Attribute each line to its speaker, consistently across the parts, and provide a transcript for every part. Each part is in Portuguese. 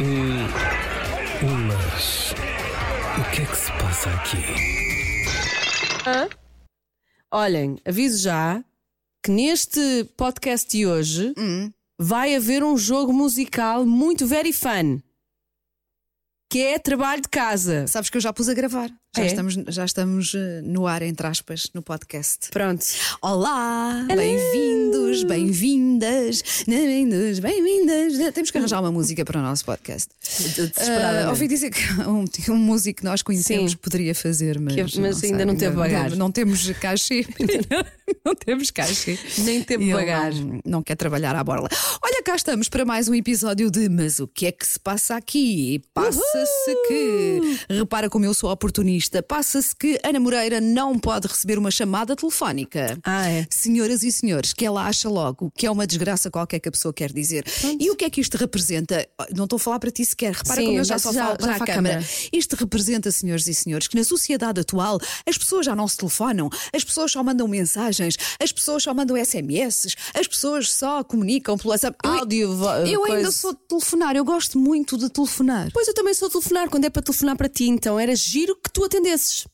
Speaker 1: Hum, mas o que é que se passa aqui?
Speaker 2: Olhem, aviso já que neste podcast de hoje vai haver um jogo musical muito very fun. Que é trabalho de casa.
Speaker 3: Sabes que eu já pus a gravar. Já
Speaker 2: É?
Speaker 3: estamos, já estamos eh, no ar, entre aspas, no podcast.
Speaker 2: Pronto.
Speaker 3: Olá! Bem-vindos, bem-vindas, bem-vindos, bem-vindas. Temos que arranjar uma música para o nosso podcast. Ah, ouvi dizer que um, um músico que nós conhecemos
Speaker 2: Sim.
Speaker 3: poderia fazer, mas,
Speaker 2: Que- mas
Speaker 3: sei,
Speaker 2: ainda não teve bagagem.
Speaker 3: Não, não temos cachê. não temos cachê.
Speaker 2: Nem teve
Speaker 3: E ele
Speaker 2: bagagem.
Speaker 3: Não, não quer trabalhar à borla. Olha, cá estamos para mais um episódio de Mas o que é que se passa aqui? Passa-se que. Repara como eu sou oportunista. Passa-se que Ana Moreira não pode receber uma chamada telefónica.
Speaker 2: Ah, é?
Speaker 3: Senhoras e senhores, que ela acha logo que é uma desgraça qualquer que a pessoa quer dizer. E o que é que isto representa? Não estou a falar para ti sequer, repara
Speaker 2: Sim,
Speaker 3: como eu já
Speaker 2: mas
Speaker 3: só
Speaker 2: já-
Speaker 3: falo para
Speaker 2: já
Speaker 3: a
Speaker 2: para a
Speaker 3: câmara.
Speaker 2: câmara.
Speaker 3: Isto representa, senhoras e senhores, que na sociedade atual as pessoas já não se telefonam, as pessoas só mandam mensagens, as pessoas só mandam SMS, as pessoas só comunicam pelo WhatsApp. Eu-
Speaker 2: Áudio, vo-
Speaker 3: Eu ainda
Speaker 2: coisa.
Speaker 3: sou de telefonar, eu gosto muito de telefonar.
Speaker 2: Pois eu também sou a telefonar quando é para telefonar para ti, então era giro que tu atendesses.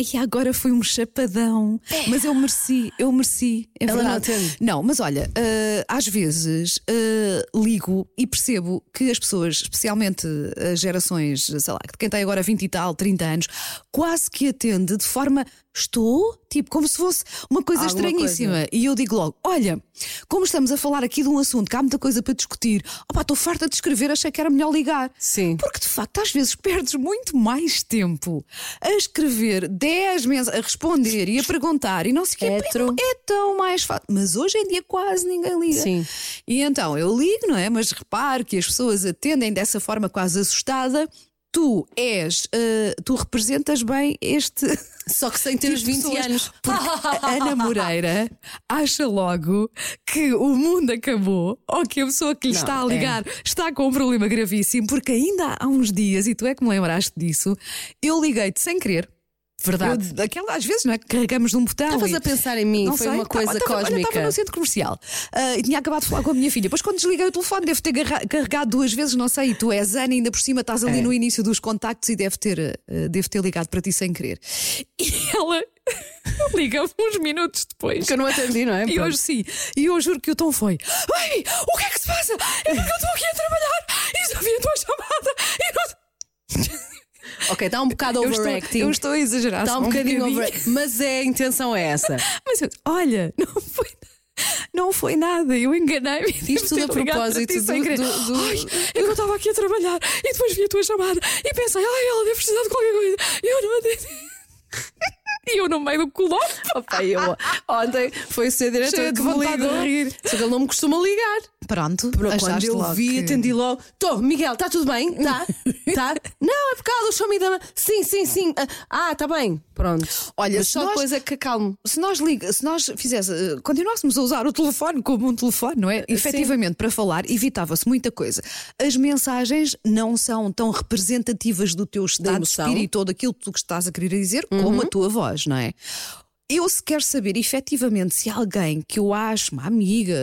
Speaker 3: E agora foi um chapadão. Mas eu mereci, eu mereci. É
Speaker 2: Ela não
Speaker 3: verdade.
Speaker 2: atende.
Speaker 3: Não, mas olha, ah, às vezes ah, ligo e percebo que as pessoas, especialmente as gerações, sei lá, de quem tem agora 20 e tal, 30 anos, quase que atende de forma estou, tipo, como se fosse uma coisa
Speaker 2: Alguma
Speaker 3: estranhíssima. E eu digo logo: olha, como estamos a falar aqui de um assunto que há muita coisa para discutir, opá, estou farta de escrever, achei que era melhor ligar.
Speaker 2: Sim.
Speaker 3: Porque de facto às vezes perdes muito mais tempo a escrever 10 mensagens, a responder e a perguntar e não sei o quê.
Speaker 2: É
Speaker 3: Pá,
Speaker 2: true.
Speaker 3: é tão mais fácil. Mas hoje em dia quase ninguém liga.
Speaker 2: Sim.
Speaker 3: E então eu ligo, não é? Mas reparo que as pessoas atendem dessa forma quase assustada. Tu és, eh, tu representas bem este.
Speaker 2: Só que sem teres
Speaker 3: tipo de
Speaker 2: 20
Speaker 3: pessoas.
Speaker 2: anos.
Speaker 3: Porque a Ana Moreira acha logo que o mundo acabou ou que a pessoa que lhe
Speaker 2: Não,
Speaker 3: está a
Speaker 2: é.
Speaker 3: ligar está com um problema gravíssimo, porque ainda há uns dias, e tu é que me lembraste disso, eu liguei-te sem querer.
Speaker 2: Verdade.
Speaker 3: Eu- aquela, às vezes, não é? Carregamos num botão.
Speaker 2: Estavas
Speaker 3: e-
Speaker 2: a pensar em mim,
Speaker 3: Não
Speaker 2: foi
Speaker 3: sei, Tá,
Speaker 2: uma coisa
Speaker 3: tava, tava- olha,
Speaker 2: cósmica.
Speaker 3: Estava no centro comercial ah, e tinha acabado de falar com a minha filha. Depois, quando desliguei o telefone, devo ter garra- carregado duas vezes, não sei. E tu és Ana, ainda por cima estás ali
Speaker 2: É.
Speaker 3: no início dos contactos e deve ter, ah, deve ter ligado para ti sem querer. E ela liga-me uns minutos depois.
Speaker 2: Que eu não atendi, não é?
Speaker 3: E
Speaker 2: Pronto.
Speaker 3: hoje sim, e eu juro que o tom foi Ai, o que é que se passa? É porque eu estou aqui a trabalhar e só vi a tua chamada e não...
Speaker 2: Ok, está um bocado
Speaker 3: eu, estou,
Speaker 2: overacting.
Speaker 3: eu estou a exagerar
Speaker 2: Está
Speaker 3: só
Speaker 2: um bocadinho overacting. Mas é, a intenção é essa.
Speaker 3: Mas eu, olha, não foi, não foi nada, eu enganei-me. Devo
Speaker 2: tudo
Speaker 3: ter
Speaker 2: a
Speaker 3: ligado para
Speaker 2: propósito
Speaker 3: ti sem
Speaker 2: do-
Speaker 3: querer.
Speaker 2: do- do-
Speaker 3: Ai, é que eu estava aqui a trabalhar e depois vi a tua chamada e pensei, ai, ela deve precisar de qualquer coisa. E eu não atendi. E eu no meio do colóquio.
Speaker 2: Opa, eu, ontem foi o seu diretor
Speaker 3: Cheia
Speaker 2: que
Speaker 3: de
Speaker 2: me
Speaker 3: vontade de
Speaker 2: ligou.
Speaker 3: rir.
Speaker 2: Só que ele não me costuma ligar.
Speaker 3: Pronto,
Speaker 2: Para quando eu vi, atendi logo. Tô, Miguel, está tudo bem? Tá? tá? Não, é por causa do show me da. Sim, sim, sim. Ah, está bem. Pronto.
Speaker 3: Olha,
Speaker 2: Mas
Speaker 3: se
Speaker 2: só
Speaker 3: nós-
Speaker 2: coisa que acalmo.
Speaker 3: se nós liga, se nós fizesse, eh, continuássemos a usar o telefone como um telefone, não é? Efetivamente, para falar, evitava-se muita coisa. As mensagens não são tão representativas do teu estado de
Speaker 2: emoção. Uhum.
Speaker 3: espírito ou daquilo que tu estás a querer dizer, como a tua voz, não é? Eu se quero saber efetivamente se alguém que eu acho, uma amiga,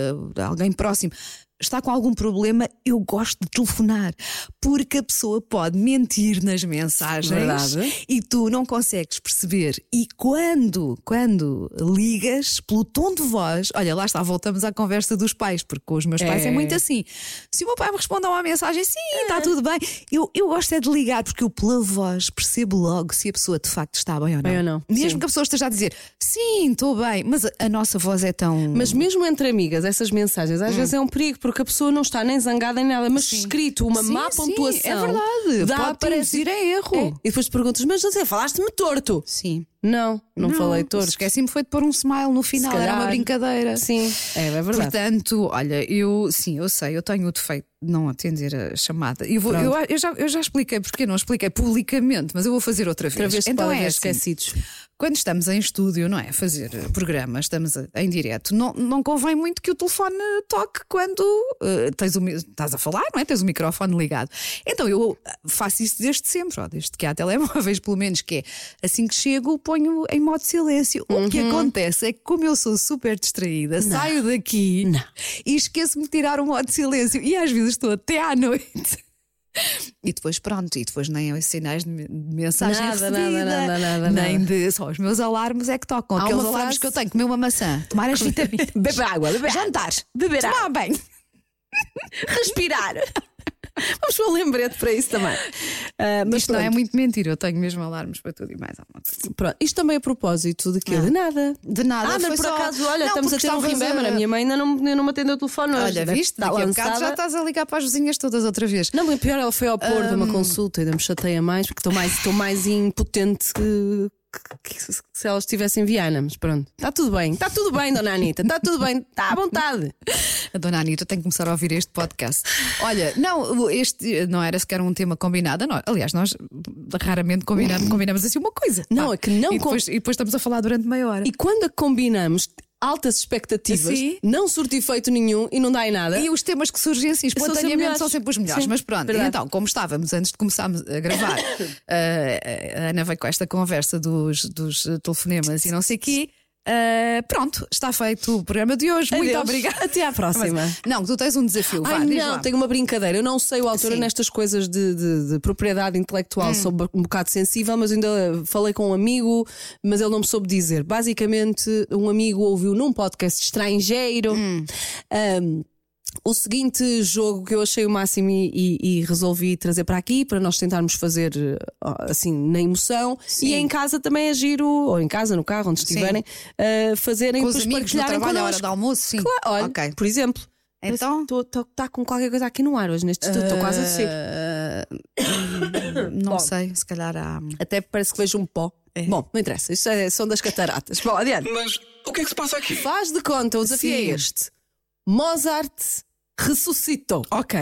Speaker 3: alguém próximo, está com algum problema, eu gosto de telefonar. Porque a pessoa pode mentir nas mensagens
Speaker 2: Verdade.
Speaker 3: e tu não consegues perceber. E quando, quando ligas pelo tom de voz, olha, lá está, voltamos à conversa dos pais, porque com os meus pais é,
Speaker 2: É.
Speaker 3: muito assim. Se o meu pai me responde a uma mensagem, sim, está tudo bem, eu, eu gosto é de ligar, porque eu pela voz percebo logo se a pessoa de facto está bem ou não.
Speaker 2: Bem ou não,
Speaker 3: Mesmo
Speaker 2: sim.
Speaker 3: que a pessoa esteja a dizer sim, estou bem, mas a, a nossa voz é tão.
Speaker 2: Mas mesmo entre amigas, essas mensagens às vezes é um perigo, porque a pessoa não está nem zangada nem nada, mas escrito uma
Speaker 3: Hum. Sim,
Speaker 2: má
Speaker 3: sim,
Speaker 2: pontuação.
Speaker 3: é verdade.
Speaker 2: dá
Speaker 3: Pode
Speaker 2: para
Speaker 3: induzir a erro.
Speaker 2: É. E depois perguntas, mas José, falaste-me torto.
Speaker 3: Sim.
Speaker 2: Não, não, falei torto.
Speaker 3: Esqueci-me foi de pôr um smile no final, era uma
Speaker 2: calhar.
Speaker 3: brincadeira.
Speaker 2: Sim, é, é verdade.
Speaker 3: Portanto, olha, eu sim, eu sei, eu tenho o defeito de não atender a chamada. Eu, vou, eu, eu já, eu já expliquei porque não expliquei publicamente, mas eu vou fazer outra vez.
Speaker 2: Outra vez então
Speaker 3: então é assim,
Speaker 2: esquecidos.
Speaker 3: quando estamos em estúdio, não é? A fazer eh, programa, estamos a- em direto, não, não convém muito que o telefone toque quando eh, tens o mi- estás a falar, não é? Tens o microfone ligado. Então eu eh, faço isso desde sempre, ó, desde que há telemóveis, pelo menos, que é assim que chego, ponho em modo silêncio. O que acontece é que, como eu sou super distraída, saio daqui
Speaker 2: Não.
Speaker 3: e esqueço-me de tirar o modo silêncio. E às vezes estou até à noite. E depois, pronto, e depois nem os sinais de me- de mensagem
Speaker 2: Nada, nada,
Speaker 3: recebida,
Speaker 2: nada, nada,
Speaker 3: nem de. Só os meus alarmes é que tocam.
Speaker 2: Há
Speaker 3: Aqueles
Speaker 2: uma
Speaker 3: alarmes
Speaker 2: frase-
Speaker 3: que eu tenho, comer uma maçã, tomar as vitaminas,
Speaker 2: Beber água, beber água,
Speaker 3: jantar,
Speaker 2: beber água,
Speaker 3: tomar bem.
Speaker 2: respirar. Vamos para um lembrete para isso também. Ah, mas
Speaker 3: Isto não é
Speaker 2: pronto.
Speaker 3: muito mentira, eu tenho mesmo alarmes para tudo e mais alguma coisa.
Speaker 2: Pronto, Isto também é a propósito de quê? De nada.
Speaker 3: De nada,
Speaker 2: Ah,
Speaker 3: foi
Speaker 2: mas por
Speaker 3: só-
Speaker 2: acaso, olha,
Speaker 3: Não,
Speaker 2: estamos a
Speaker 3: porque
Speaker 2: ter um
Speaker 3: estavas a-
Speaker 2: rimbembra. A minha mãe ainda não, ainda não me atendeu o telefone hoje.
Speaker 3: Olha,
Speaker 2: Deve
Speaker 3: viste?
Speaker 2: estar
Speaker 3: Daqui a bocado
Speaker 2: lançada.
Speaker 3: já tá- estás a ligar para as vizinhas todas outra vez.
Speaker 2: Não, mas pior, ela foi ao pôr de
Speaker 3: Hum.
Speaker 2: uma consulta, ainda me chateia mais, porque estou mais, estou mais impotente que, que- que se elas estivessem em Viana, mas pronto. Está tudo bem, está tudo bem, dona Anitta, está tudo bem, está à vontade.
Speaker 3: A dona Anitta tem que começar a ouvir este podcast. Olha, não, este não era sequer um tema combinado. Não, aliás, nós raramente combinamos, combinamos assim uma coisa.
Speaker 2: Não,
Speaker 3: Pá.
Speaker 2: é que não
Speaker 3: E depois, e depois estamos a falar durante meia hora.
Speaker 2: E quando a combinamos altas expectativas,
Speaker 3: Sim.
Speaker 2: não surte efeito nenhum e não dá em nada.
Speaker 3: E os temas que surgem assim
Speaker 2: sempre
Speaker 3: espontaneamente são
Speaker 2: melhores.
Speaker 3: sempre os melhores,
Speaker 2: Sim,
Speaker 3: mas pronto.
Speaker 2: verdade.
Speaker 3: E então, como estávamos antes de começarmos a gravar, eh, a Ana veio com esta conversa dos, dos telefonemas e não sei o quê. Eh, pronto, está feito o programa de hoje. Muito
Speaker 2: Adeus.
Speaker 3: obrigada.
Speaker 2: Até à próxima.
Speaker 3: Mas- não, tu tens um desafio.
Speaker 2: Ai,
Speaker 3: vá, diz
Speaker 2: não,
Speaker 3: lá.
Speaker 2: tenho uma brincadeira. Eu não sei o autor
Speaker 3: Sim. Hum.
Speaker 2: nestas coisas de, de- de propriedade intelectual, sou um bocado sensível, mas ainda falei com um amigo, mas ele não me soube dizer. Basicamente, um amigo ouviu num podcast estrangeiro.
Speaker 3: Hum.
Speaker 2: ahm, o seguinte jogo que eu achei o máximo e, e- e resolvi trazer para aqui para nós tentarmos fazer eh, assim na emoção e em casa também é giro, ou em casa, no carro, onde estiverem, ah, fazerem
Speaker 3: Com os
Speaker 2: depois
Speaker 3: amigos no
Speaker 2: partilharem
Speaker 3: trabalho à hora
Speaker 2: connosco.
Speaker 3: do almoço, sim.
Speaker 2: Claro, olha,
Speaker 3: Ok.
Speaker 2: por exemplo.
Speaker 3: Então?
Speaker 2: Está tá com qualquer coisa aqui no ar hoje neste estudo, estou quase a descer.
Speaker 3: Eh, não sei, se calhar ah, há.
Speaker 2: Até parece que vejo um pó. Bom, não interessa, isto é, são das cataratas. Bom, adiante.
Speaker 1: Mas o que é que se passa aqui?
Speaker 2: Faz de conta, o desafio é
Speaker 3: Sim.
Speaker 2: este: Mozart ressuscitou.
Speaker 3: Ok.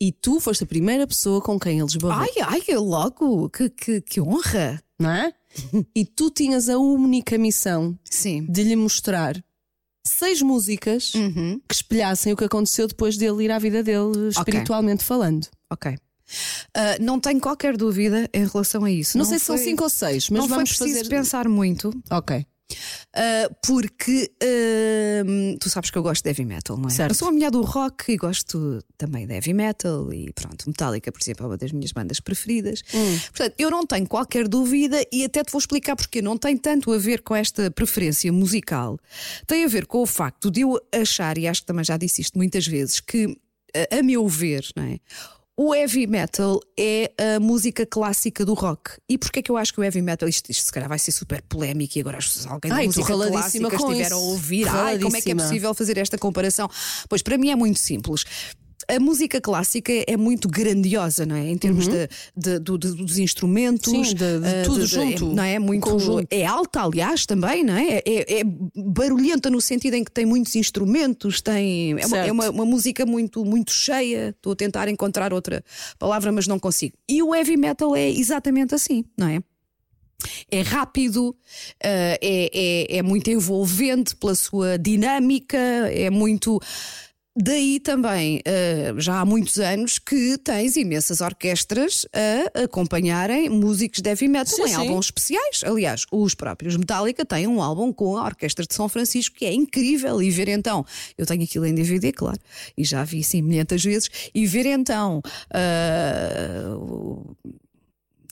Speaker 2: E tu foste a primeira pessoa com quem ele esbarrou,
Speaker 3: Ai, ai, logo, que, que, que honra.
Speaker 2: não é? e tu tinhas a única missão
Speaker 3: Sim.
Speaker 2: de lhe mostrar seis músicas
Speaker 3: Uhum.
Speaker 2: que espelhassem o que aconteceu depois dele ir à vida dele, espiritualmente falando.
Speaker 3: Ok. Ah, não tenho qualquer dúvida em relação a isso.
Speaker 2: Não, sei se são
Speaker 3: foi-
Speaker 2: cinco ou seis, mas
Speaker 3: não
Speaker 2: vamos
Speaker 3: foi preciso
Speaker 2: fazer.
Speaker 3: pensar muito,
Speaker 2: Ok.
Speaker 3: ah, porque ah, tu sabes que eu gosto de heavy metal, não é?
Speaker 2: Certo.
Speaker 3: Eu sou a mulher do rock e gosto também de heavy metal e pronto, Metallica, por exemplo, é uma das minhas bandas preferidas. Portanto, eu não tenho qualquer dúvida e até te vou explicar porque não tem tanto a ver com esta preferência musical. Tem a ver com o facto de eu achar, e acho que também já disse isto muitas vezes, que a, a meu ver, não é? O heavy metal é a música clássica do rock. E porquê é que eu acho que o heavy metal, isto, isto se calhar vai ser super polémico e agora as pessoas- alguém da
Speaker 2: Ai, tu
Speaker 3: música
Speaker 2: raladíssima
Speaker 3: clássica
Speaker 2: com
Speaker 3: estiver a
Speaker 2: isso.
Speaker 3: ouvir, ai, como é que é
Speaker 2: Raladíssima.
Speaker 3: possível fazer esta comparação? Pois para mim é muito simples. A música clássica é muito grandiosa, não é? Em termos de- de- do- do- dos instrumentos,
Speaker 2: Uhum. Sim, de- de
Speaker 3: eh,
Speaker 2: tudo
Speaker 3: de- de-
Speaker 2: junto,
Speaker 3: é, não é?
Speaker 2: o
Speaker 3: Muito
Speaker 2: conjunto.
Speaker 3: é alta, aliás, também, não é? É, é- é barulhenta no sentido em que tem muitos instrumentos, tem. É, uma,
Speaker 2: Certo.
Speaker 3: é uma- uma música muito, muito cheia. Estou a tentar encontrar outra palavra, mas não consigo. E o heavy metal é exatamente assim, não é? É rápido, eh, é, é- é muito envolvente pela sua dinâmica, é muito. Daí também, eh, já há muitos anos, que tens imensas orquestras a acompanharem músicos de heavy metal
Speaker 2: Sim,
Speaker 3: em
Speaker 2: sim.
Speaker 3: álbuns especiais. Aliás, os próprios Metallica têm um álbum com a Orquestra de São Francisco que é incrível. E ver então, eu tenho aquilo em DVD, claro, e já vi sim milhentas vezes, e ver então. ah, o-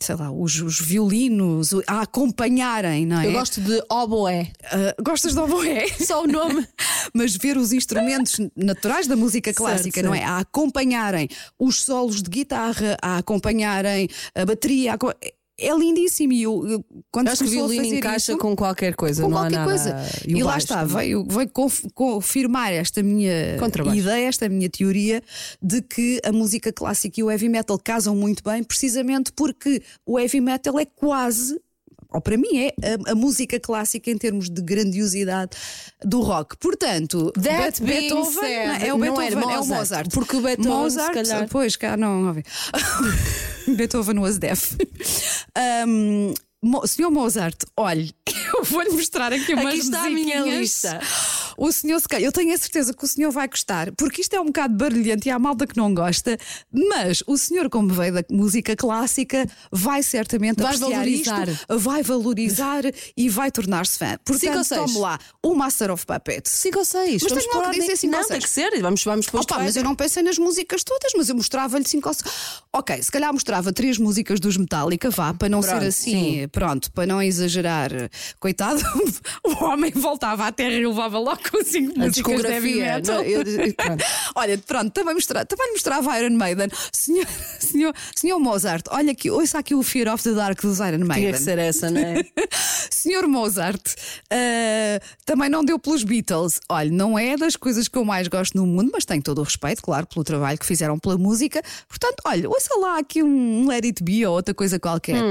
Speaker 3: Sei lá, os, os violinos o- a acompanharem, não é?
Speaker 2: Eu gosto de oboé.
Speaker 3: Ah, gostas de oboé?
Speaker 2: Ah, Só o nome.
Speaker 3: mas ver os instrumentos naturais da música clássica,
Speaker 2: Certo,
Speaker 3: não é? A acompanharem os solos de guitarra, a acompanharem a bateria. a aco- É lindíssimo. E eu, eu- quando
Speaker 2: Eu acho
Speaker 3: se
Speaker 2: que
Speaker 3: começou a
Speaker 2: violino
Speaker 3: fazer
Speaker 2: encaixa
Speaker 3: isso,
Speaker 2: com qualquer coisa,
Speaker 3: com
Speaker 2: não
Speaker 3: qualquer
Speaker 2: há nada.
Speaker 3: coisa.
Speaker 2: o
Speaker 3: E, lá
Speaker 2: baixo
Speaker 3: está,
Speaker 2: também.
Speaker 3: veio, veio conf- confirmar esta minha
Speaker 2: Contrabaixo.
Speaker 3: ideia, esta minha teoria de que a música clássica e o heavy metal casam muito bem, precisamente porque o heavy metal é quase. Ou para mim é a, a música clássica em termos de grandiosidade do rock. Portanto,
Speaker 2: That
Speaker 3: Be-
Speaker 2: being
Speaker 3: Beethoven
Speaker 2: said,
Speaker 3: é o
Speaker 2: não
Speaker 3: Beethoven,
Speaker 2: era
Speaker 3: é o
Speaker 2: Mozart,
Speaker 3: Mozart.
Speaker 2: porque o Beethoven, se
Speaker 3: Mozart,
Speaker 2: calhar-
Speaker 3: Pois, cá não ouvi. Beethoven was deaf. Um, Mo- senhor Mozart, olhe, eu vou-lhe mostrar aqui umas
Speaker 2: Aqui está a minha
Speaker 3: musiquinhas.
Speaker 2: lista.
Speaker 3: O senhor, se calhar, eu tenho a certeza que o senhor vai gostar, porque isto é um bocado barulhento e há malta que não gosta, mas o senhor, como veio da música clássica, vai certamente
Speaker 2: Vai
Speaker 3: apreciar
Speaker 2: valorizar.
Speaker 3: isto, vai valorizar e vai tornar-se fã.
Speaker 2: Cinco ou
Speaker 3: Portanto,
Speaker 2: seis?
Speaker 3: tome lá, o Master of Puppets.
Speaker 2: 5 ou 6.
Speaker 3: Mas tenho logo que dizer cinco ou
Speaker 2: Não, tem
Speaker 3: seis.
Speaker 2: que ser. Vamos, vamos pôr
Speaker 3: Opa, mas eu não pensei nas músicas todas, mas eu mostrava-lhe cinco ou seis. Ok, se calhar mostrava três músicas dos Metallica, vá, para não
Speaker 2: Pronto,
Speaker 3: ser assim, pronto, para não exagerar. Coitado, o homem voltava à terra e levava logo com cinco
Speaker 2: A
Speaker 3: músicas de heavy
Speaker 2: discografia.
Speaker 3: metal.
Speaker 2: não, é? eu- eu- pronto.
Speaker 3: Olha, pronto, também, mostra, também lhe mostrava Iron Maiden. Senhor, senhor, senhor Mozart, olha aqui, ouça aqui o Fear of the Dark dos Iron
Speaker 2: Tinha
Speaker 3: Maiden.
Speaker 2: que ser essa, não é?
Speaker 3: Senhor Mozart, ah, também não deu pelos Beatles. Olha, não é das coisas que eu mais gosto no mundo, mas tenho todo o respeito, claro, pelo trabalho que fizeram pela música. Portanto, olha, ouça lá aqui um Let It Be ou outra coisa qualquer.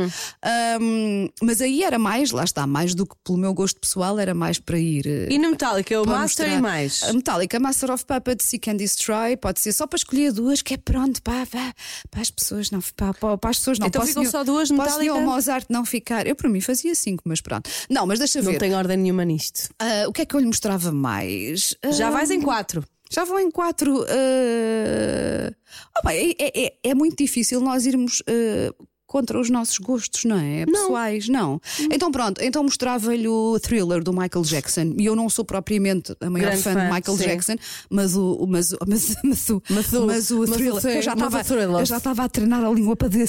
Speaker 3: Ahm, mas aí era mais, lá está, mais do que pelo meu gosto pessoal, era mais para ir. eh,
Speaker 2: E no é Metallica, o
Speaker 3: para
Speaker 2: Master
Speaker 3: mostrar.
Speaker 2: e mais.
Speaker 3: A Metallica, Master of Puppets e Can Destroy, pode ser só para escolher duas, que é pronto, pá, pá, para as pessoas não, pá, pá, para as pessoas não.
Speaker 2: Então
Speaker 3: Para o
Speaker 2: ficam
Speaker 3: senhor-
Speaker 2: só duas,
Speaker 3: para o senhor
Speaker 2: Metallica?
Speaker 3: Mozart não ficar. Eu, para mim, fazia cinco, mas pronto. Não, mas deixa
Speaker 2: Não
Speaker 3: ver.
Speaker 2: tenho ordem nenhuma nisto.
Speaker 3: Ah, o que é que eu lhe mostrava mais?
Speaker 2: Já
Speaker 3: Ah,
Speaker 2: vais em 4.
Speaker 3: já vão em quatro. ah, oh, bem, é, é- é- é muito difícil nós irmos ah, contra os nossos gostos, não é? Pessoais, não.
Speaker 2: Hum.
Speaker 3: Então pronto, então mostrava-lhe o thriller do Michael Jackson. E eu não sou propriamente a maior
Speaker 2: Grande
Speaker 3: fã,
Speaker 2: fã,
Speaker 3: de Michael
Speaker 2: sim.
Speaker 3: Jackson, mas o, o- mas, o- mas, mas, o,
Speaker 2: Mas o-
Speaker 3: mas o
Speaker 2: mas o
Speaker 3: thriller.
Speaker 2: thriller,
Speaker 3: eu já
Speaker 2: mas o
Speaker 3: estava-
Speaker 2: thriller.
Speaker 3: eu já estava a treinar a língua para dizer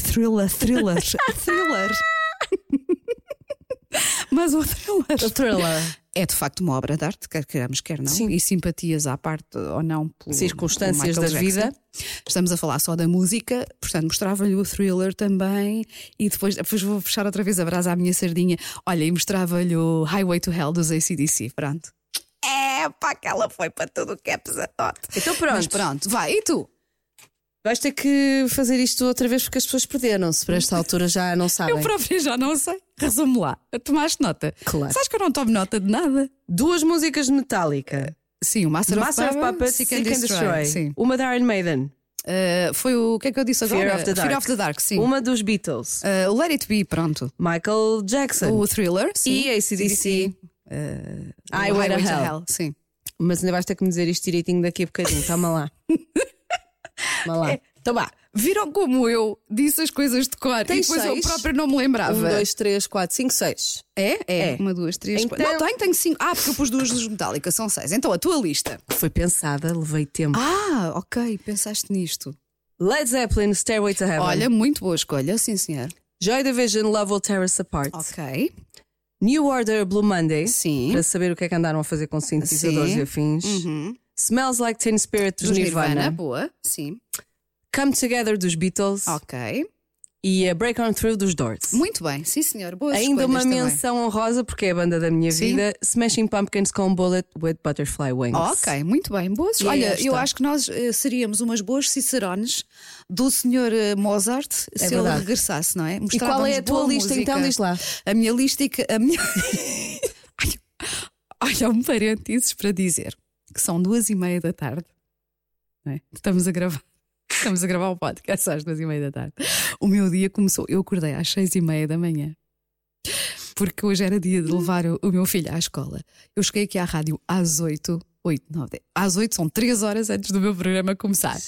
Speaker 3: thriller, thriller, thriller. Mas o thriller.
Speaker 2: O thriller.
Speaker 3: É de facto uma obra de arte, quer queiramos, quer não,
Speaker 2: Sim.
Speaker 3: e simpatias à parte ou não pelo,
Speaker 2: Circunstâncias
Speaker 3: pelo
Speaker 2: da
Speaker 3: Michael Jackson.
Speaker 2: vida.
Speaker 3: Estamos a falar só da música, portanto mostrava-lhe o thriller também e depois, depois vou puxar outra vez a brasa à minha sardinha. Olha, e mostrava-lhe o Highway to Hell dos ACDC, pronto. É, pá, que ela foi para tudo o que é pesadote.
Speaker 2: Então pronto.
Speaker 3: Mas pronto, vai, e tu?
Speaker 2: Vais ter que fazer isto outra vez porque as pessoas perderam-se. Para esta altura já não sabem.
Speaker 3: Eu própria já não sei. Resumo lá, tomaste nota.
Speaker 2: Claro.
Speaker 3: Sabes que eu não tomo nota de nada?
Speaker 2: Duas músicas de Metallica.
Speaker 3: Sim, o Master,
Speaker 2: Master of Puppets
Speaker 3: Seek
Speaker 2: e Can Destroy.
Speaker 3: Sim.
Speaker 2: Uma da Iron Maiden.
Speaker 3: Uh, foi o o que é que eu disse agora?
Speaker 2: Fear of the Dark.
Speaker 3: Fear of the Dark, sim.
Speaker 2: Uma dos Beatles.
Speaker 3: Uh, o Let It Be, pronto.
Speaker 2: Michael Jackson.
Speaker 3: O Thriller, sim.
Speaker 2: E ACDC. I
Speaker 3: O
Speaker 2: Went to
Speaker 3: Highway to
Speaker 2: Hell.
Speaker 3: Hell, sim.
Speaker 2: Mas ainda vais ter que me dizer isto direitinho daqui a bocadinho. Toma lá. Toma
Speaker 3: É.
Speaker 2: lá. Então vá.
Speaker 3: Viram como eu disse as coisas de cor
Speaker 2: Tem
Speaker 3: e depois eu
Speaker 2: seis?
Speaker 3: própria não me lembrava.
Speaker 2: 1, 2, 3, 4, 5, 6.
Speaker 3: É? Um, é?
Speaker 2: É.
Speaker 3: Uma, duas, três, quatro. Não
Speaker 2: Então-
Speaker 3: tenho, tenho cinco. Ah, porque eu pus duas dos Metallica, são seis. Então a tua lista.
Speaker 2: Foi pensada, levei tempo.
Speaker 3: Ah, ok, pensaste nisto.
Speaker 2: Led Zeppelin, Stairway to Heaven.
Speaker 3: Olha, muito boa escolha, sim senhor.
Speaker 2: Joy Division, Love Will Tear Us Apart.
Speaker 3: Ok,
Speaker 2: New Order, Blue Monday.
Speaker 3: Sim.
Speaker 2: Para saber o que é que andaram a fazer com sintetizadores
Speaker 3: Sim. Uhum.
Speaker 2: e afins. Smells Like Teen Spirit dos,
Speaker 3: dos
Speaker 2: Nirvana.
Speaker 3: Nirvana, boa, sim.
Speaker 2: Come Together dos Beatles.
Speaker 3: Ok,
Speaker 2: E a Break On Through dos Doors.
Speaker 3: muito bem, sim senhor, boas
Speaker 2: Ainda uma
Speaker 3: escolhas também.
Speaker 2: menção honrosa, porque é a banda da minha
Speaker 3: Sim.
Speaker 2: vida. Smashing Pumpkins com Bullet with Butterfly Wings.
Speaker 3: Ok, muito bem, boas.
Speaker 2: E é
Speaker 3: Olha,
Speaker 2: esta?
Speaker 3: eu acho que nós eh, seríamos umas boas cicerones do Sr. eh, Mozart se
Speaker 2: É verdade.
Speaker 3: ele regressasse, não é?
Speaker 2: E qual é a
Speaker 3: Mostrávamos boa
Speaker 2: tua lista
Speaker 3: música.
Speaker 2: então? Diz lá.
Speaker 3: A minha lista. e que- A minha... Ai, Olha, um parênteses para dizer que são duas e meia da tarde. não é? Estamos a gravar. Estamos a gravar o podcast às duas e meia da tarde. O meu dia começou, eu acordei às seis e meia da manhã. Porque hoje era dia de levar o, o meu filho à escola. Eu cheguei aqui à rádio às oito, oito, nove, dez. Às oito são três horas antes do meu programa começar.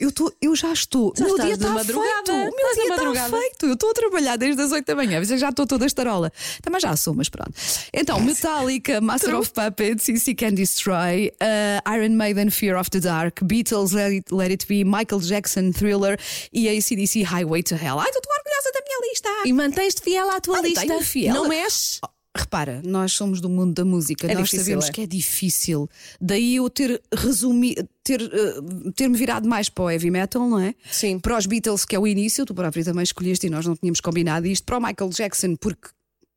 Speaker 3: Eu, tô, eu já estou.
Speaker 2: Já
Speaker 3: o meu
Speaker 2: estás
Speaker 3: dia
Speaker 2: de
Speaker 3: está feito.
Speaker 2: madrugada.
Speaker 3: O meu
Speaker 2: Estás de
Speaker 3: dia tá está
Speaker 2: madrugada.
Speaker 3: feito feito. Eu estou a trabalhar desde as 8 da manhã, mas eu já estou toda estarola. Também já sou, mas pronto. Então, Metallica, Master of Puppets, CC Can Destroy, uh, Iron Maiden, Fear of the Dark, Beatles, Let It, Let It Be, Michael Jackson, Thriller e ACDC Highway to Hell. Ai, estou orgulhosa da minha lista.
Speaker 2: E mantens-te fiel à tua
Speaker 3: Ah,
Speaker 2: lista.
Speaker 3: tenho fiel. Oh,
Speaker 2: Não mexe.
Speaker 3: Repara, nós somos do mundo da música,
Speaker 2: É
Speaker 3: nós
Speaker 2: difícil,
Speaker 3: sabemos
Speaker 2: é?
Speaker 3: que é difícil. Daí eu ter resumido, ter, eh, ter-me virado mais para o heavy metal, não é?
Speaker 2: Sim.
Speaker 3: Para os Beatles, que é o início, tu próprio também escolheste e nós não tínhamos combinado isto. Para o Michael Jackson, porque,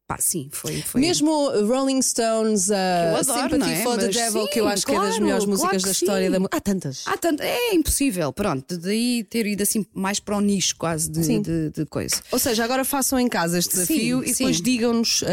Speaker 3: pá, sim, foi. foi
Speaker 2: Mesmo Rolling Stones, a
Speaker 3: eu adoro, não
Speaker 2: Sympathy
Speaker 3: é?
Speaker 2: for the
Speaker 3: Mas
Speaker 2: Devil,
Speaker 3: sim,
Speaker 2: que eu acho que é das
Speaker 3: claro,
Speaker 2: melhores músicas
Speaker 3: claro que
Speaker 2: da história
Speaker 3: sim.
Speaker 2: da música. Há tantas.
Speaker 3: Há tanto, é impossível, pronto. Daí ter ido assim mais para o nicho quase de, de- de coisa.
Speaker 2: Ou seja, agora façam em casa este desafio
Speaker 3: Sim,
Speaker 2: e depois
Speaker 3: sim.
Speaker 2: digam-nos uh,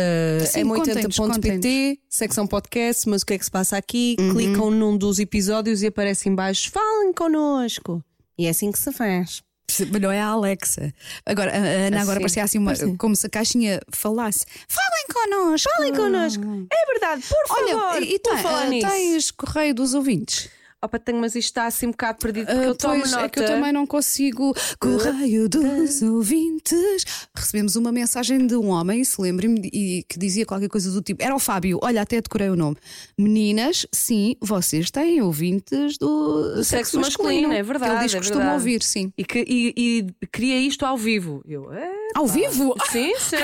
Speaker 3: Sim,
Speaker 2: m80.pt, secção um podcast, mas o que é que se passa aqui? Clicam num dos episódios e aparece em baixo, falem connosco. E é assim que se faz.
Speaker 3: Mas Não é a Alexa. Agora, a a Ana agora
Speaker 2: Assim,
Speaker 3: parecia assim, uma,
Speaker 2: parecia.
Speaker 3: como se a caixinha falasse: falem connosco.
Speaker 4: Falem connosco.
Speaker 2: Ah.
Speaker 4: É verdade, por favor.
Speaker 3: Olha, e
Speaker 2: por
Speaker 3: tem-
Speaker 2: falar
Speaker 3: eh,
Speaker 2: nisso.
Speaker 3: tens correio dos ouvintes?
Speaker 2: Opa, tenho, mas isto está assim um bocado perdido porque
Speaker 3: Ah,
Speaker 2: eu tomo
Speaker 3: pois,
Speaker 2: nota. Eh.
Speaker 3: é que eu também não consigo. Correio dos ouvintes. Recebemos uma mensagem de um homem, se lembrem-me, e que dizia qualquer coisa do tipo. Era o Fábio, olha, até decorei o nome. Meninas, sim, vocês têm ouvintes do,
Speaker 2: sexo masculino, é verdade,
Speaker 3: Ele diz
Speaker 2: é
Speaker 3: que costuma
Speaker 2: verdade.
Speaker 3: ouvir, sim.
Speaker 2: E, que, e, e queria isto ao vivo. Eu, é,
Speaker 3: Ao vivo?
Speaker 2: sim, sim.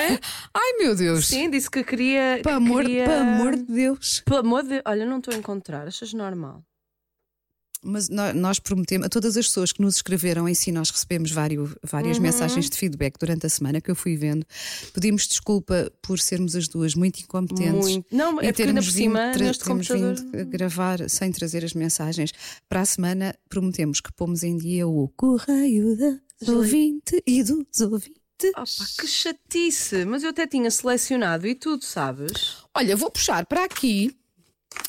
Speaker 3: Ai meu Deus!
Speaker 2: Sim, disse que queria. que
Speaker 3: Pelo amor,
Speaker 2: queria...
Speaker 3: pelo amor de Deus.
Speaker 2: Pelo amor de. Olha, não estou a encontrar, achas normal?
Speaker 3: Mas nó- nós prometemos a todas as pessoas que nos escreveram em si, nós recebemos vários, várias
Speaker 2: Uhum.
Speaker 3: mensagens de feedback durante a semana que eu fui vendo. Pedimos desculpa por sermos as duas muito incompetentes.
Speaker 2: Muito. Não,
Speaker 3: e
Speaker 2: é porque ainda
Speaker 3: termos
Speaker 2: por cima,
Speaker 3: vindo tra-
Speaker 2: neste
Speaker 3: termos
Speaker 2: computador-
Speaker 3: vindo a gravar sem trazer as mensagens. Para a semana, prometemos que pomos em dia o correio da ouvinte e dos ouvintes.
Speaker 2: Opa, que chatice! Mas eu até tinha selecionado e tudo, sabes?
Speaker 3: Olha, vou puxar para aqui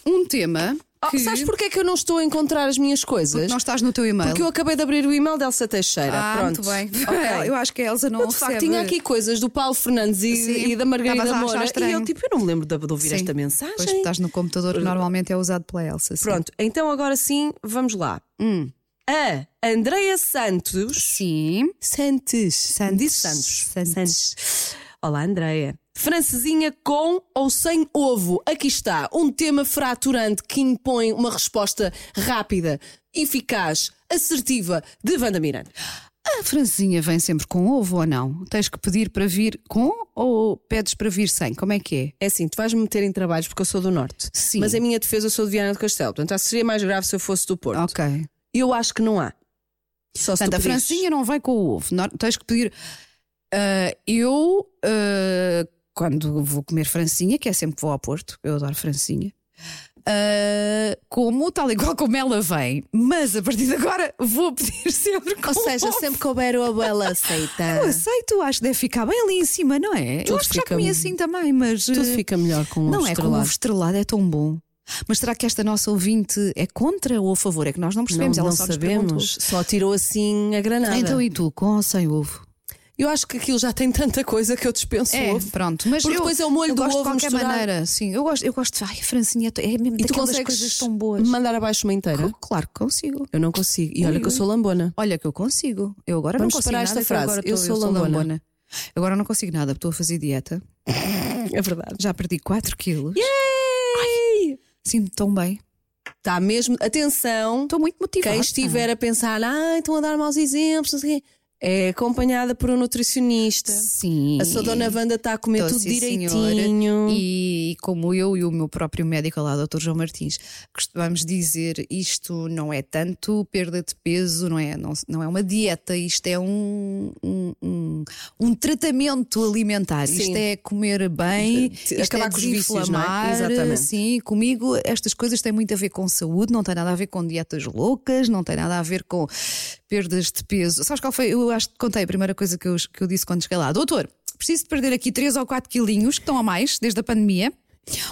Speaker 3: um tema
Speaker 2: Oh,
Speaker 3: que
Speaker 2: Sabes porquê que eu não estou a encontrar as minhas coisas?
Speaker 3: não estás no teu e-mail.
Speaker 2: Porque eu acabei de abrir o e-mail da Elsa Teixeira.
Speaker 3: Ah,
Speaker 2: Pronto.
Speaker 3: muito bem.
Speaker 2: Ok.
Speaker 3: Eu acho que a Elsa não
Speaker 2: Eu, de facto,
Speaker 3: recebe-
Speaker 2: tinha aqui coisas do Paulo Fernandes
Speaker 3: Sim.
Speaker 2: e, e da Margarida
Speaker 3: Estavas a achar
Speaker 2: Moura. E eu,
Speaker 3: estranho.
Speaker 2: tipo, eu não me lembro de, de ouvir
Speaker 3: Sim.
Speaker 2: esta
Speaker 3: Pois
Speaker 2: mensagem.
Speaker 3: estás no computador que normalmente é usado pela Elsa. sim.
Speaker 2: Pronto, então agora sim, vamos lá. Hum. A Andreia Santos.
Speaker 3: Sim.
Speaker 2: Santos.
Speaker 3: Santos.
Speaker 2: Disse Santos.
Speaker 3: Santos.
Speaker 2: Olá, Andreia. Francesinha com ou sem ovo? Aqui está um tema fraturante que impõe uma resposta rápida, eficaz, assertiva de Wanda Miranda.
Speaker 3: A francesinha Ah, vem sempre com ovo ou não? Tens que pedir para vir com ou pedes para vir sem? Como é que é?
Speaker 2: É assim, tu vais-me meter em trabalhos porque eu sou do Norte.
Speaker 3: Sim.
Speaker 2: Mas em minha defesa eu sou de Viana do Castelo. Portanto, acho que seria mais grave se eu fosse do Porto.
Speaker 3: Ok.
Speaker 2: Eu acho que não há. Só se
Speaker 3: Portanto,
Speaker 2: tu
Speaker 3: a
Speaker 2: pedires.
Speaker 3: francesinha não vai com o ovo. Não- tens que pedir. ah, eu, ah, quando vou comer francinha, que é sempre que vou ao Porto, eu adoro francinha. ah, como, tal e qual como ela vem, mas a partir de agora vou pedir sempre com
Speaker 2: Ou seja,
Speaker 3: ovo.
Speaker 2: sempre que houver o abuelo aceita.
Speaker 3: Eu aceito, acho que deve ficar bem ali em cima, não é? eu
Speaker 2: Tudo
Speaker 3: acho que já
Speaker 2: fica
Speaker 3: comi
Speaker 2: mu-
Speaker 3: assim também, mas.
Speaker 2: Tudo
Speaker 3: eh,
Speaker 2: fica melhor com o
Speaker 3: não
Speaker 2: ovo
Speaker 3: é como ovo
Speaker 2: estrelado.
Speaker 3: estrelado, é tão bom. Mas será que esta nossa ouvinte é contra ou a favor? É que nós não percebemos,
Speaker 2: não,
Speaker 3: ela
Speaker 2: não
Speaker 3: só nos perguntou.
Speaker 2: sabemos. Só tirou assim a granada.
Speaker 3: Então e tu, com ou sem ovo?
Speaker 2: Eu acho que aquilo já tem tanta coisa que eu dispenso o ovo.
Speaker 3: É, pronto. Mas
Speaker 2: Porque
Speaker 3: eu,
Speaker 2: depois é o molho
Speaker 3: eu
Speaker 2: do
Speaker 3: gosto
Speaker 2: ovo
Speaker 3: de qualquer
Speaker 2: misturado.
Speaker 3: maneira. Sim, eu gosto, eu gosto de. Ai, a francinha é to- é mesmo
Speaker 2: E tu
Speaker 3: daquelas
Speaker 2: consegues
Speaker 3: coisas tão boas.
Speaker 2: mandar abaixo uma inteira?
Speaker 3: Claro que consigo.
Speaker 2: Eu não consigo. E olha
Speaker 3: Ui,
Speaker 2: que eu
Speaker 3: ui.
Speaker 2: sou lambona.
Speaker 3: Olha que eu consigo. Eu agora
Speaker 2: Vamos
Speaker 3: não consigo
Speaker 2: parar esta
Speaker 3: nada, que eu
Speaker 2: frase.
Speaker 3: agora
Speaker 2: Eu
Speaker 3: tô-
Speaker 2: sou lambona.
Speaker 3: Agora não consigo nada, porque estou a fazer dieta.
Speaker 2: É verdade.
Speaker 3: Já perdi 4 quilos. Sinto-me tão bem.
Speaker 2: Está Tá mesmo. Atenção,
Speaker 3: Estou muito motivada.
Speaker 2: quem estiver a pensar, ah, estão a dar maus exemplos, não sei o quê", é acompanhada por um nutricionista.
Speaker 3: Sim.
Speaker 2: A sua dona Wanda está a comer
Speaker 3: Tô,
Speaker 2: tudo
Speaker 3: sim,
Speaker 2: direitinho.
Speaker 3: senhora. E como eu e o meu próprio médico lá, Dr. João Martins, costumamos dizer isto não é tanto perda de peso, não é, não, não é uma dieta, isto é um, um, um, um tratamento alimentar,
Speaker 2: Sim.
Speaker 3: isto é comer bem,
Speaker 2: Te-
Speaker 3: isto
Speaker 2: acabar
Speaker 3: é
Speaker 2: com os vícios, não é?
Speaker 3: desinflamar.
Speaker 2: Exatamente.
Speaker 3: Sim, comigo estas coisas têm muito a ver com saúde, não tem nada a ver com dietas loucas, não tem nada a ver com perdas de peso. Sabes qual foi? Eu acho que contei a primeira coisa que eu, que eu disse quando cheguei lá. Doutor, preciso de perder aqui 3 ou 4 quilinhos que estão a mais desde a pandemia.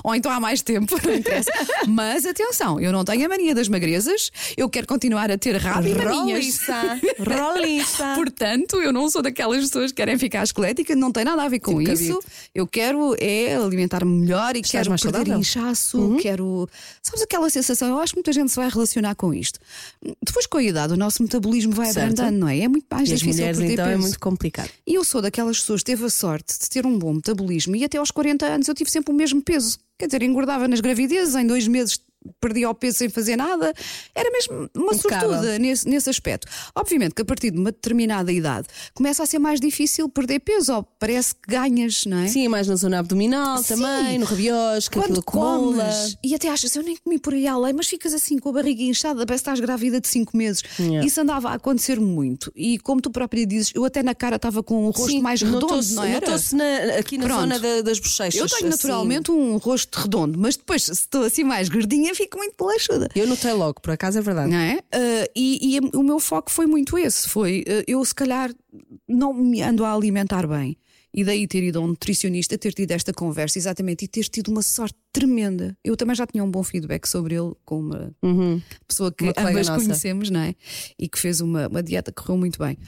Speaker 3: Ou então há mais tempo, não interessa. Mas atenção, eu não tenho a mania das magrezas, eu quero continuar a é ter rabo e maminhas.
Speaker 2: Roliça, roliça.
Speaker 3: Portanto, eu não sou daquelas pessoas que querem ficar esquelética, não tem nada a ver com
Speaker 2: Tipo
Speaker 3: isso. Eu quero é alimentar-me melhor e quero
Speaker 2: mais
Speaker 3: perder
Speaker 2: saudável? Uhum.
Speaker 3: inchaço, quero. Sabes aquela sensação? Eu acho que muita gente se vai relacionar com isto. Depois, com a idade, o nosso metabolismo vai
Speaker 2: Certo.
Speaker 3: abrandando, não é? É muito mais
Speaker 2: E as
Speaker 3: difícil
Speaker 2: mulheres
Speaker 3: perder
Speaker 2: então é
Speaker 3: peso.
Speaker 2: muito complicado.
Speaker 3: E eu sou daquelas pessoas que teve a sorte de ter um bom metabolismo e até aos 40 anos eu tive sempre o mesmo peso. Quer dizer, engordava nas gravidezes, em dois meses perdia o peso sem fazer nada. Era mesmo uma
Speaker 2: Impecável.
Speaker 3: sortuda nesse, nesse aspecto. Obviamente que a partir de uma determinada idade começa a ser mais difícil perder peso, ou parece que ganhas, não é?
Speaker 2: Sim, mais na zona abdominal
Speaker 3: Sim.
Speaker 2: também, no rabiosca, aquilo
Speaker 3: Quando
Speaker 2: acumula.
Speaker 3: comes e até achas, eu nem comi por aí além, mas ficas assim com a barriga inchada, parece que estás grávida de 5 meses.
Speaker 2: Yeah.
Speaker 3: Isso andava a acontecer muito. E como tu própria dizes, eu até na cara estava com o rosto
Speaker 2: Sim,
Speaker 3: mais redondo,
Speaker 2: notou-se-
Speaker 3: não era?
Speaker 2: Notou-se na- aqui na
Speaker 3: Pronto.
Speaker 2: zona da- das bochechas.
Speaker 3: Eu
Speaker 2: assim.
Speaker 3: tenho naturalmente um rosto redondo, mas depois, se estou assim mais gordinha, fico muito pelachuda.
Speaker 2: Eu notei logo, por acaso é verdade.
Speaker 3: Não é? Ah, e, e o meu foco foi muito esse: foi ah, eu, se calhar, não me ando a alimentar bem. E daí ter ido a um nutricionista, ter tido esta conversa, exatamente, e ter tido uma sorte tremenda. Eu também já tinha um bom feedback sobre ele com uma pessoa que
Speaker 2: Uhum. Uma colega
Speaker 3: ambas
Speaker 2: nossa.
Speaker 3: conhecemos, não é? E que fez uma, uma dieta que correu muito bem.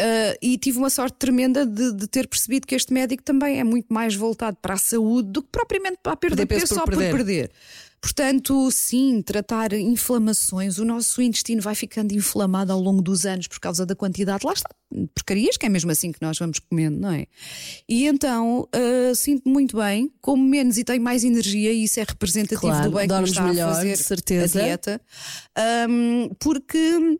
Speaker 3: Ah, e tive uma sorte tremenda de, de ter percebido que este médico também é muito mais voltado para a saúde do que propriamente para a perda de
Speaker 2: Perder
Speaker 3: peso
Speaker 2: peso por
Speaker 3: só
Speaker 2: perder.
Speaker 3: por perder. Portanto, sim, tratar inflamações, o nosso intestino vai ficando inflamado ao longo dos anos por causa da quantidade, lá está, de porcarias, que é mesmo assim que nós vamos comendo, não é? E então, ah, sinto-me muito bem, como menos e tenho mais energia, e isso é representativo
Speaker 2: Claro,
Speaker 3: do bem que me
Speaker 2: dormes
Speaker 3: está
Speaker 2: melhor,
Speaker 3: a fazer
Speaker 2: de certeza.
Speaker 3: a dieta. Ahm, porque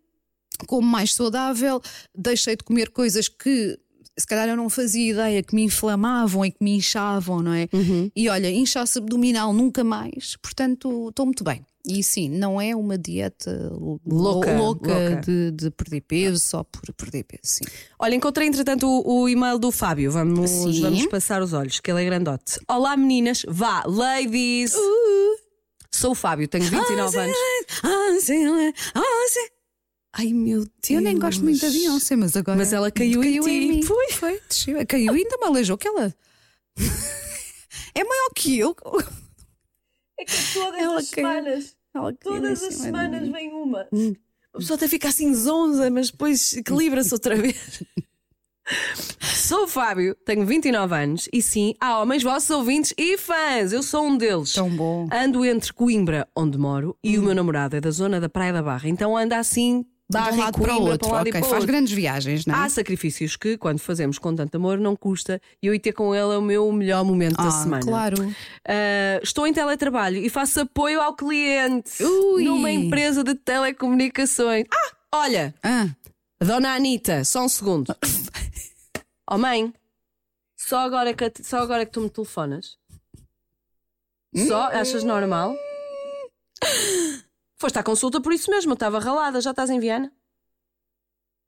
Speaker 3: como mais saudável, deixei de comer coisas que se calhar eu não fazia ideia que me inflamavam e que me inchavam, não é?
Speaker 2: Uhum.
Speaker 3: E olha, inchaço abdominal nunca mais, portanto estou muito bem. E sim, não é uma dieta lou-
Speaker 2: Louca,
Speaker 3: louca
Speaker 2: louca.
Speaker 3: De, de perder peso só por perder peso, sim.
Speaker 2: Olha, encontrei entretanto o, o e-mail do Fábio. Vamos,
Speaker 3: Sim.
Speaker 2: vamos passar os olhos, que ele é grandote. Olá meninas, vá, ladies!
Speaker 3: Uh.
Speaker 2: Sou o Fábio, tenho 29 anos. Ai meu Deus!
Speaker 3: Eu nem gosto muito da Beyoncé, mas agora.
Speaker 2: Mas ela caiu em ti.
Speaker 3: mim. Foi, foi. Desceu. Caiu e ainda me aleijou que ela. é maior que eu.
Speaker 4: É que todas
Speaker 3: Ela
Speaker 4: as
Speaker 3: caiu-
Speaker 4: semanas,
Speaker 3: Ela caiu
Speaker 4: todas
Speaker 3: em
Speaker 4: as
Speaker 3: cima de mim. Hum.
Speaker 4: semanas vem uma.
Speaker 2: A pessoa até fica assim zonza, mas depois equilibra-se outra vez. Sou o Fábio, tenho 29 anos e sim, há homens vossos ouvintes e fãs. Eu sou um deles.
Speaker 3: Tão bom. Hum.
Speaker 2: Ando entre Coimbra, onde moro, e o meu namorado é da zona da Praia da Barra. Então anda assim, barra
Speaker 3: de um
Speaker 2: e
Speaker 3: lado
Speaker 2: Coimbra,
Speaker 3: para o outro.
Speaker 2: para um lado e
Speaker 3: ok,
Speaker 2: para o
Speaker 3: faz
Speaker 2: outro. Ah,
Speaker 3: grandes viagens, não é?
Speaker 2: Há sacrifícios que, quando fazemos com tanto amor, não custa. E eu ir ter com ele é o meu melhor momento da
Speaker 3: Ah,
Speaker 2: semana.
Speaker 3: Claro.
Speaker 2: Ah, estou em teletrabalho e faço apoio ao cliente
Speaker 3: Ui.
Speaker 2: numa empresa de telecomunicações. Ah, olha,
Speaker 3: Ah,
Speaker 2: Dona Anitta, só um segundo. oh mãe, só agora que, a- só agora que tu me telefonas? Só? Achas normal? Foste à consulta por isso mesmo, eu estava ralada, já estás em Viana?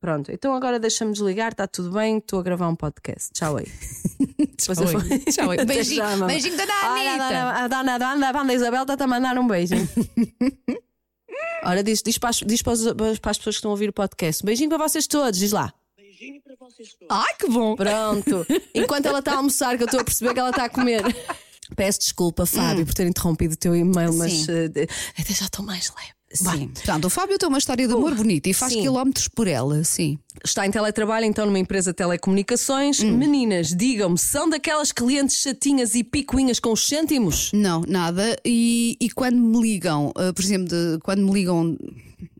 Speaker 2: Pronto, então agora deixa-me desligar, está tudo bem, estou a gravar um podcast. Tchau aí. Depois eu
Speaker 3: Oi.
Speaker 2: falo.
Speaker 3: Tchau, oi.
Speaker 2: Até
Speaker 3: Beijinho,
Speaker 2: já, mamãe.
Speaker 3: beijinho da Dona
Speaker 2: Olha, a
Speaker 3: Anitta.
Speaker 2: dona- a dona, a dona, a banda Isabel está-te a mandar um beijo. Ora, diz, diz, para as, diz para, as, para as pessoas que estão a ouvir o podcast. Beijinho para vocês todos, diz lá.
Speaker 3: Ai, que bom.
Speaker 2: Pronto. Enquanto ela está a almoçar, que eu estou a perceber que ela está a comer. Hum. Peço desculpa, Fábio, por ter interrompido o teu e-mail, mas
Speaker 3: Sim.
Speaker 2: eh, de- até já estou mais leve. Vá.
Speaker 3: Sim. Portanto, o Fábio tem uma história de amor bonita e faz
Speaker 2: sim.
Speaker 3: quilómetros por ela, sim.
Speaker 2: Está em teletrabalho, então, numa empresa de telecomunicações. Meninas, digam-me, são daquelas clientes chatinhas e picuinhas com os cêntimos?
Speaker 3: Não, nada. E, e quando me ligam, ah, por exemplo, de- quando me ligam,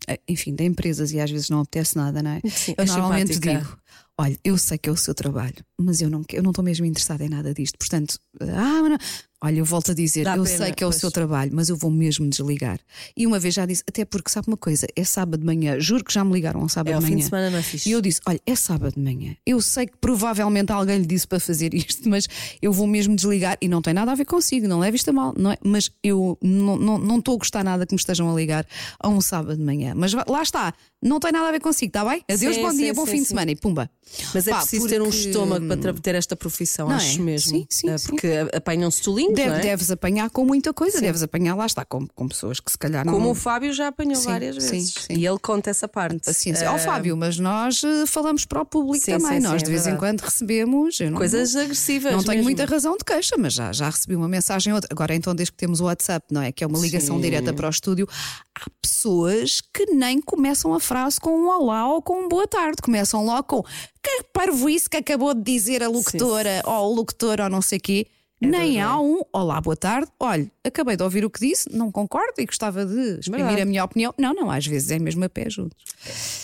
Speaker 3: ah, enfim, de empresas e às vezes não apetece nada, não é?
Speaker 2: Sim,
Speaker 3: eu
Speaker 2: é
Speaker 3: normalmente
Speaker 2: simpática.
Speaker 3: digo. Olha, eu sei que é o seu trabalho, mas eu não que- eu não estou mesmo interessada em nada disto. Portanto, ah, mas não. olha, eu volto a dizer,
Speaker 2: Dá
Speaker 3: eu
Speaker 2: pena,
Speaker 3: sei que é o
Speaker 2: pois.
Speaker 3: seu trabalho, mas eu vou mesmo desligar. E uma vez já disse, até porque sabe uma coisa, é sábado de manhã, juro que já me ligaram ao sábado
Speaker 2: É, ao
Speaker 3: de
Speaker 2: fim
Speaker 3: manhã.
Speaker 2: de semana não é fixe.
Speaker 3: E eu disse: Olha, é sábado de manhã. Eu sei que provavelmente alguém lhe disse para fazer isto, mas eu vou mesmo desligar. E não tem nada a ver consigo, não leve isto a mal, não é? Mas eu não- não não estou a gostar nada que me estejam a ligar a um sábado de manhã. Mas vá- lá está, não tem nada a ver consigo, está bem? Adeus,
Speaker 2: Sim,
Speaker 3: bom
Speaker 2: sim,
Speaker 3: dia, bom
Speaker 2: sim,
Speaker 3: fim de
Speaker 2: sim.
Speaker 3: semana e pumba.
Speaker 2: Mas é
Speaker 3: Pá,
Speaker 2: preciso ter um
Speaker 3: porque-
Speaker 2: estômago para tra- ter esta profissão,
Speaker 3: Não
Speaker 2: acho
Speaker 3: é?
Speaker 2: mesmo.
Speaker 3: Sim, sim,
Speaker 2: Eh,
Speaker 3: sim.
Speaker 2: Porque apanham-se tolinhos,
Speaker 3: Deve-
Speaker 2: não é?
Speaker 3: Deves apanhar com muita coisa, deves apanhar, lá está, com, com pessoas que se calhar não.
Speaker 2: Como o Fábio já apanhou
Speaker 3: um- Sim,
Speaker 2: várias
Speaker 3: sim,
Speaker 2: vezes.
Speaker 3: sim.
Speaker 2: E ele conta essa parte.
Speaker 3: Paciência.
Speaker 2: Eh,
Speaker 3: Ó Fábio, mas nós eh, falamos para o público
Speaker 2: Sim, sim,
Speaker 3: também. nós
Speaker 2: sim, é
Speaker 3: de vez em
Speaker 2: verdade.
Speaker 3: quando recebemos. eu não-
Speaker 2: coisas agressivas.
Speaker 3: Não tenho
Speaker 2: mesmo.
Speaker 3: muita razão de queixa, mas já, já recebi uma mensagem ou outra. Agora, então, desde que temos o WhatsApp, não é? Que é uma ligação
Speaker 2: Sim.
Speaker 3: direta para o estúdio, há pessoas que nem começam a frase com um olá ou com um boa tarde. Começam logo com que parvoíce que acabou de dizer a locutora ou o locutor ou não sei quê.
Speaker 2: É
Speaker 3: nem há um olá, boa tarde. Olha, acabei de ouvir o que disse, não concordo e gostava de exprimir
Speaker 2: Verdade.
Speaker 3: a minha opinião. Não, não, às vezes é mesmo a pé juntos.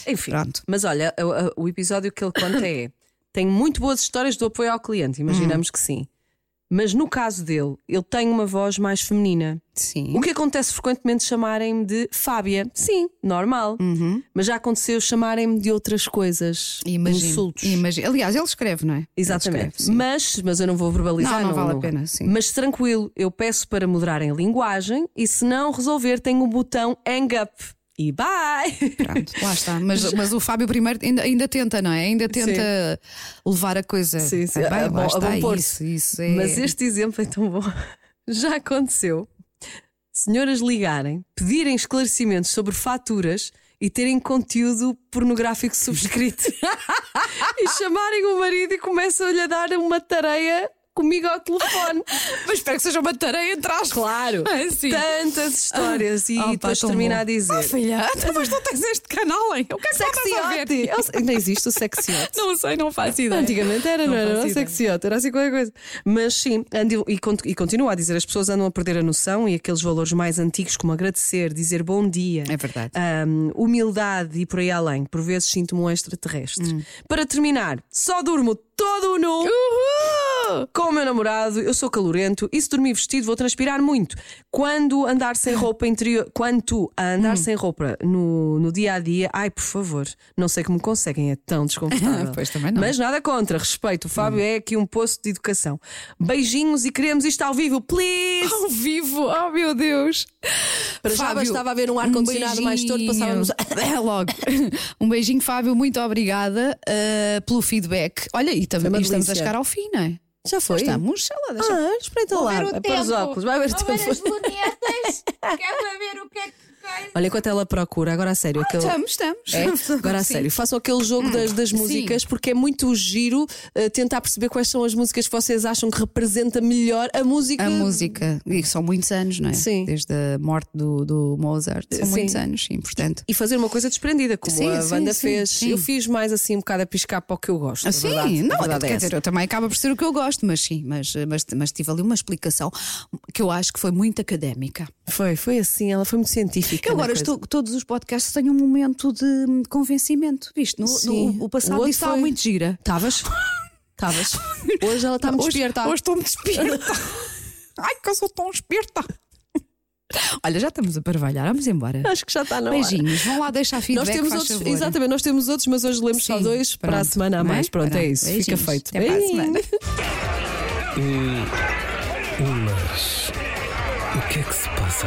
Speaker 2: Enfim.
Speaker 3: Pronto.
Speaker 2: Mas olha, o- o episódio que ele conta é: tem muito boas histórias do apoio ao cliente, imaginamos
Speaker 3: Hum.
Speaker 2: que sim. Mas no caso dele, ele tem uma voz mais feminina.
Speaker 3: Sim.
Speaker 2: O que acontece frequentemente chamarem-me de Fábia. Sim, normal.
Speaker 3: Uhum.
Speaker 2: Mas já aconteceu chamarem-me de outras coisas.
Speaker 3: Imagino,
Speaker 2: Insultos.
Speaker 3: imagino. Aliás, ele escreve, não é? Ele
Speaker 2: Exatamente.
Speaker 3: escreve, sim.
Speaker 2: mas, mas eu não vou verbalizar.
Speaker 3: Não, não vale a pena, sim.
Speaker 2: Mas tranquilo, eu peço para mudarem a linguagem e se não resolver, tenho um botão hang up. E bye!
Speaker 3: Pronto, lá está. Mas, mas o Fábio primeiro ainda, ainda tenta, não é? Ainda tenta levar a coisa.
Speaker 2: Sim, sim.
Speaker 3: Ah, bem,
Speaker 2: A
Speaker 3: lá
Speaker 2: bom- a
Speaker 3: está,
Speaker 2: bom porto.
Speaker 3: isso, isso é.
Speaker 2: Mas este exemplo é tão bom. Já aconteceu. Senhoras ligarem, pedirem esclarecimentos sobre faturas e terem conteúdo pornográfico subscrito. e chamarem o marido e começam-lhe a dar uma tareia comigo ao telefone.
Speaker 3: Mas espero que seja uma tareia atrás.
Speaker 2: Claro.
Speaker 3: Ah, sim.
Speaker 2: Tantas histórias e
Speaker 3: Ah, pá,
Speaker 2: depois
Speaker 3: tão
Speaker 2: termina
Speaker 3: bom.
Speaker 2: a dizer.
Speaker 3: Ah, filha, tu, mas não tens este canal, hein? O que é que tu andas a ver?
Speaker 2: Sexiote! Eu sei- Ainda existe o sexiote.
Speaker 3: Não sei, não faço ideia.
Speaker 2: Antigamente era, não,
Speaker 3: Não
Speaker 2: era?
Speaker 3: faço
Speaker 2: Não,
Speaker 3: ideia.
Speaker 2: sexiote, era assim qualquer coisa. Mas sim, ando- e, con- e continuo a dizer, as pessoas andam a perder a noção e aqueles valores mais antigos, como agradecer, dizer bom dia,
Speaker 3: É verdade.
Speaker 2: hum, humildade e por aí além. Por vezes sinto-me um extraterrestre.
Speaker 3: Hum.
Speaker 2: Para terminar, só durmo todo nu.
Speaker 3: Uhul!
Speaker 2: Com o meu namorado, eu sou calorento e se dormir vestido vou transpirar muito. Quando andar sem roupa interior, quanto a
Speaker 3: Hum.
Speaker 2: andar sem roupa no, no dia a dia, ai por favor, não sei como conseguem, é tão desconfortável.
Speaker 3: Pois, também não.
Speaker 2: Mas nada contra, respeito. O Fábio é aqui um poço de educação. Beijinhos e queremos isto ao vivo, please!
Speaker 3: Ao vivo, oh meu Deus.
Speaker 2: Para já bastava haver um ar-condicionado mais torto, passávamos-
Speaker 3: É logo. Um beijinho, Fábio, muito obrigada ah, pelo feedback. Olha, e
Speaker 2: Foi uma
Speaker 3: também estamos
Speaker 2: delícia.
Speaker 3: a chegar ao fim, não é?
Speaker 2: Já foi?
Speaker 3: Estamos, sei lá, deixa
Speaker 2: Ah, espreita lá.
Speaker 3: ver o
Speaker 2: É para os
Speaker 3: tempo.
Speaker 2: óculos, vai ver o
Speaker 4: Ao ver as
Speaker 2: tempo.
Speaker 4: lunetas, quero saber o que é que faz.
Speaker 2: Olha enquanto ela procura, agora a sério. aquele-
Speaker 3: Estamos, estamos.
Speaker 2: É? Agora a sério, façam aquele jogo
Speaker 3: Hum.
Speaker 2: das, das músicas porque é muito giro eh, tentar perceber quais são as músicas que vocês acham que representa melhor a música.
Speaker 3: A música, e são muitos anos, não é?
Speaker 2: Sim.
Speaker 3: Desde a morte do, do Mozart, são
Speaker 2: Sim.
Speaker 3: muitos anos, sim, portanto.
Speaker 2: E fazer uma coisa desprendida, como
Speaker 3: Sim,
Speaker 2: a
Speaker 3: sim,
Speaker 2: banda
Speaker 3: sim,
Speaker 2: fez.
Speaker 3: sim. Ah,
Speaker 2: Eu fiz mais assim um bocado a piscar para o que eu gosto. a
Speaker 3: sim,
Speaker 2: verdade, a
Speaker 3: não,
Speaker 2: verdade é
Speaker 3: quer
Speaker 2: essa.
Speaker 3: dizer, eu também acaba por ser o que eu gosto, mas sim, mas, mas, mas tive ali uma explicação que eu acho que foi muito académica.
Speaker 2: Foi, foi assim, ela foi muito científica.
Speaker 3: Eu
Speaker 2: na
Speaker 3: agora
Speaker 2: coisa.
Speaker 3: estou, todos os podcasts têm um momento de hum, convencimento, viste? No,
Speaker 2: Sim.
Speaker 3: no- o
Speaker 2: O
Speaker 3: passado
Speaker 2: outro
Speaker 3: isso estava
Speaker 2: foi-
Speaker 3: muito gira.
Speaker 2: Estavas? Estavas. Hoje ela está-me
Speaker 3: Hoje- tá
Speaker 2: despierta.
Speaker 3: Hoje estou-me despierta. Ai, que eu sou tão esperta. Olha, já estamos a parvalhar, vamos embora.
Speaker 2: Acho que já está na hora.
Speaker 3: Beijinhos, vão lá deixar feedback,
Speaker 2: Nós temos
Speaker 3: faz
Speaker 2: outros,
Speaker 3: favor.
Speaker 2: exatamente, nós temos outros, mas hoje lemos só
Speaker 3: Sim,
Speaker 2: dois para a
Speaker 3: pronto,
Speaker 2: semana a
Speaker 3: não é?
Speaker 2: mais. Pronto, é
Speaker 3: Pronto,
Speaker 2: isso, fica
Speaker 3: beijinhos.
Speaker 2: feito.
Speaker 3: Até para a semana.
Speaker 1: Ulas. O que é que se passa